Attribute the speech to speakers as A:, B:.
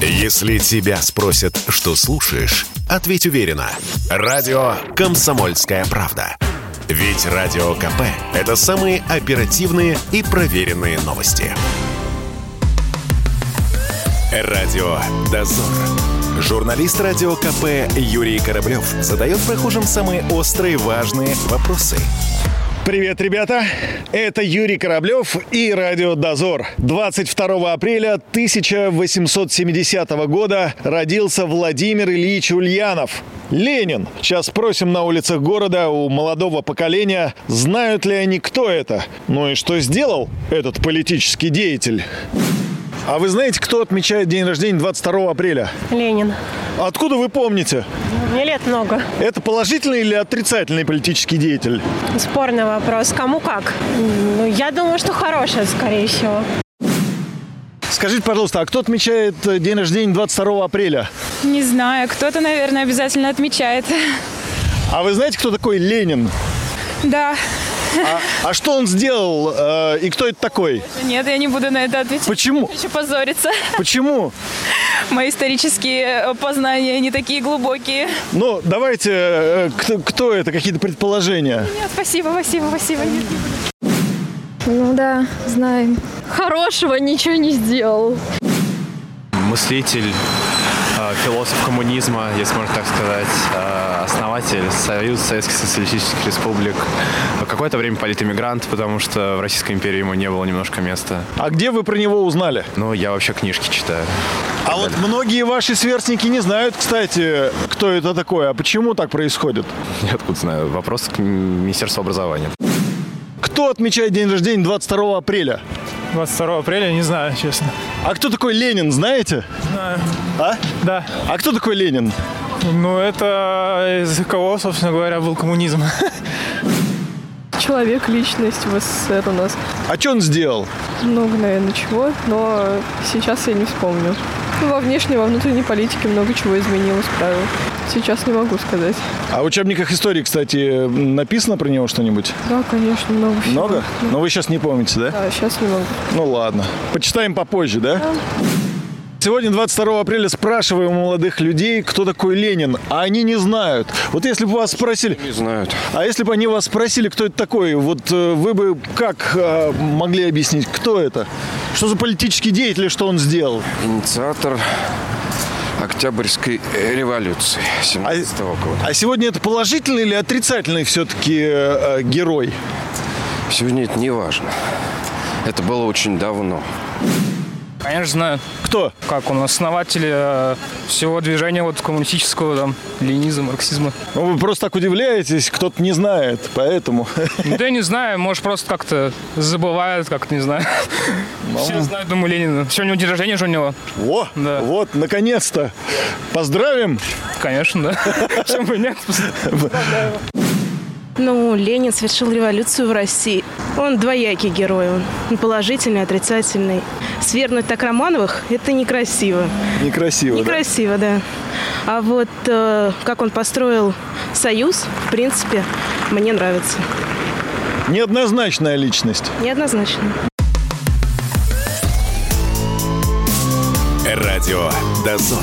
A: Если тебя спросят, что слушаешь, ответь уверенно. Радио «Комсомольская правда». Ведь Радио КП – это самые оперативные и проверенные новости. Радио «Дозор». Журналист Радио КП Юрий Кораблев задает прохожим самые острые важные вопросы.
B: Привет, ребята! Это Юрий Кораблев и Радио Дозор. 22 апреля 1870 года родился Владимир Ильич Ульянов. Ленин. Сейчас спросим на улицах города у молодого поколения, знают ли они, кто это. Ну и что сделал этот политический деятель. А вы знаете, кто отмечает день рождения 22 апреля?
C: Ленин.
B: Откуда вы помните?
C: Мне лет много.
B: Это положительный или отрицательный политический деятель?
C: Спорный вопрос. Кому как? Ну, я думаю, что хорошее, скорее всего.
B: Скажите, пожалуйста, а кто отмечает э, день рождения 22 апреля?
D: Не знаю, кто-то, наверное, обязательно отмечает.
B: А вы знаете, кто такой Ленин?
D: Да.
B: А, а что он сделал э, и кто это такой?
D: Нет, я не буду на это отвечать.
B: Почему?
D: Хочу позориться.
B: Почему?
D: Мои исторические э, познания не такие глубокие.
B: Ну, давайте, э, кто, кто это, какие-то предположения?
D: Нет, спасибо, спасибо, спасибо. Нет.
E: Ну да, знаем. Хорошего ничего не сделал.
F: мыслитель, э, философ коммунизма, если можно так сказать, э, основатель Союза Советских Социалистических Республик. Какое-то время политэмигрант, потому что в Российской империи ему не было немножко места.
B: А где вы про него узнали?
F: Ну, я вообще книжки читаю.
B: А вот многие ваши сверстники не знают, кстати, кто это такой, а почему так происходит?
F: Я откуда знаю? Вопрос к Министерству образования.
B: Кто отмечает день рождения 22 апреля?
G: 22 апреля, не знаю, честно.
B: А кто такой Ленин, знаете?
G: Знаю.
B: А?
G: Да.
B: А кто такой Ленин?
G: Ну, это из кого, собственно говоря, был коммунизм.
H: Человек, личность в СССР у нас
B: А что он сделал?
H: много, наверное, чего, но сейчас я не вспомню. Ну, Во внешней, во внутренней политике много чего изменил, исправил. Сейчас не могу сказать.
B: А в учебниках истории, кстати, написано про него что-нибудь?
H: Да, конечно, много всего.
B: Много? Но вы сейчас не помните, да?
H: Да, сейчас не могу.
B: Ну ладно. Почитаем попозже, да? Сегодня, 22 апреля, спрашиваем у молодых людей, кто такой Ленин, а они не знают. Вот если бы вас спросили... Не знают. А если бы они вас спросили, кто это такой, вот э, вы бы как э, могли объяснить, кто это? Что за политический деятель и что он сделал?
I: Инициатор Октябрьской э, революции 17 года.
B: А сегодня это положительный или отрицательный все-таки э, э, герой?
I: Сегодня это не важно. Это было очень давно.
J: Конечно, знаю,
B: Кто?
J: как он основатель э, всего движения вот коммунистического, там, ленизма, марксизма.
B: Ну, вы просто так удивляетесь, кто-то не знает, поэтому...
J: Ну, Да я не знаю, может, просто как-то забывают, как-то, не знаю. Все знают, думаю, Ленина. Сегодня у него день рождения же у него.
B: О,
J: Да.
B: вот, наконец-то. Поздравим.
J: Конечно, да. Почему бы и нет?
K: Ну, Ленин совершил революцию в России. Он двоякий герой. Он И положительный, и отрицательный. Свергнуть так Романовых – это некрасиво.
B: Некрасиво, да?
K: Некрасиво, да. А вот э, как он построил союз, в принципе, мне нравится.
B: Неоднозначная личность.
K: Неоднозначно.
A: Радио Дозор.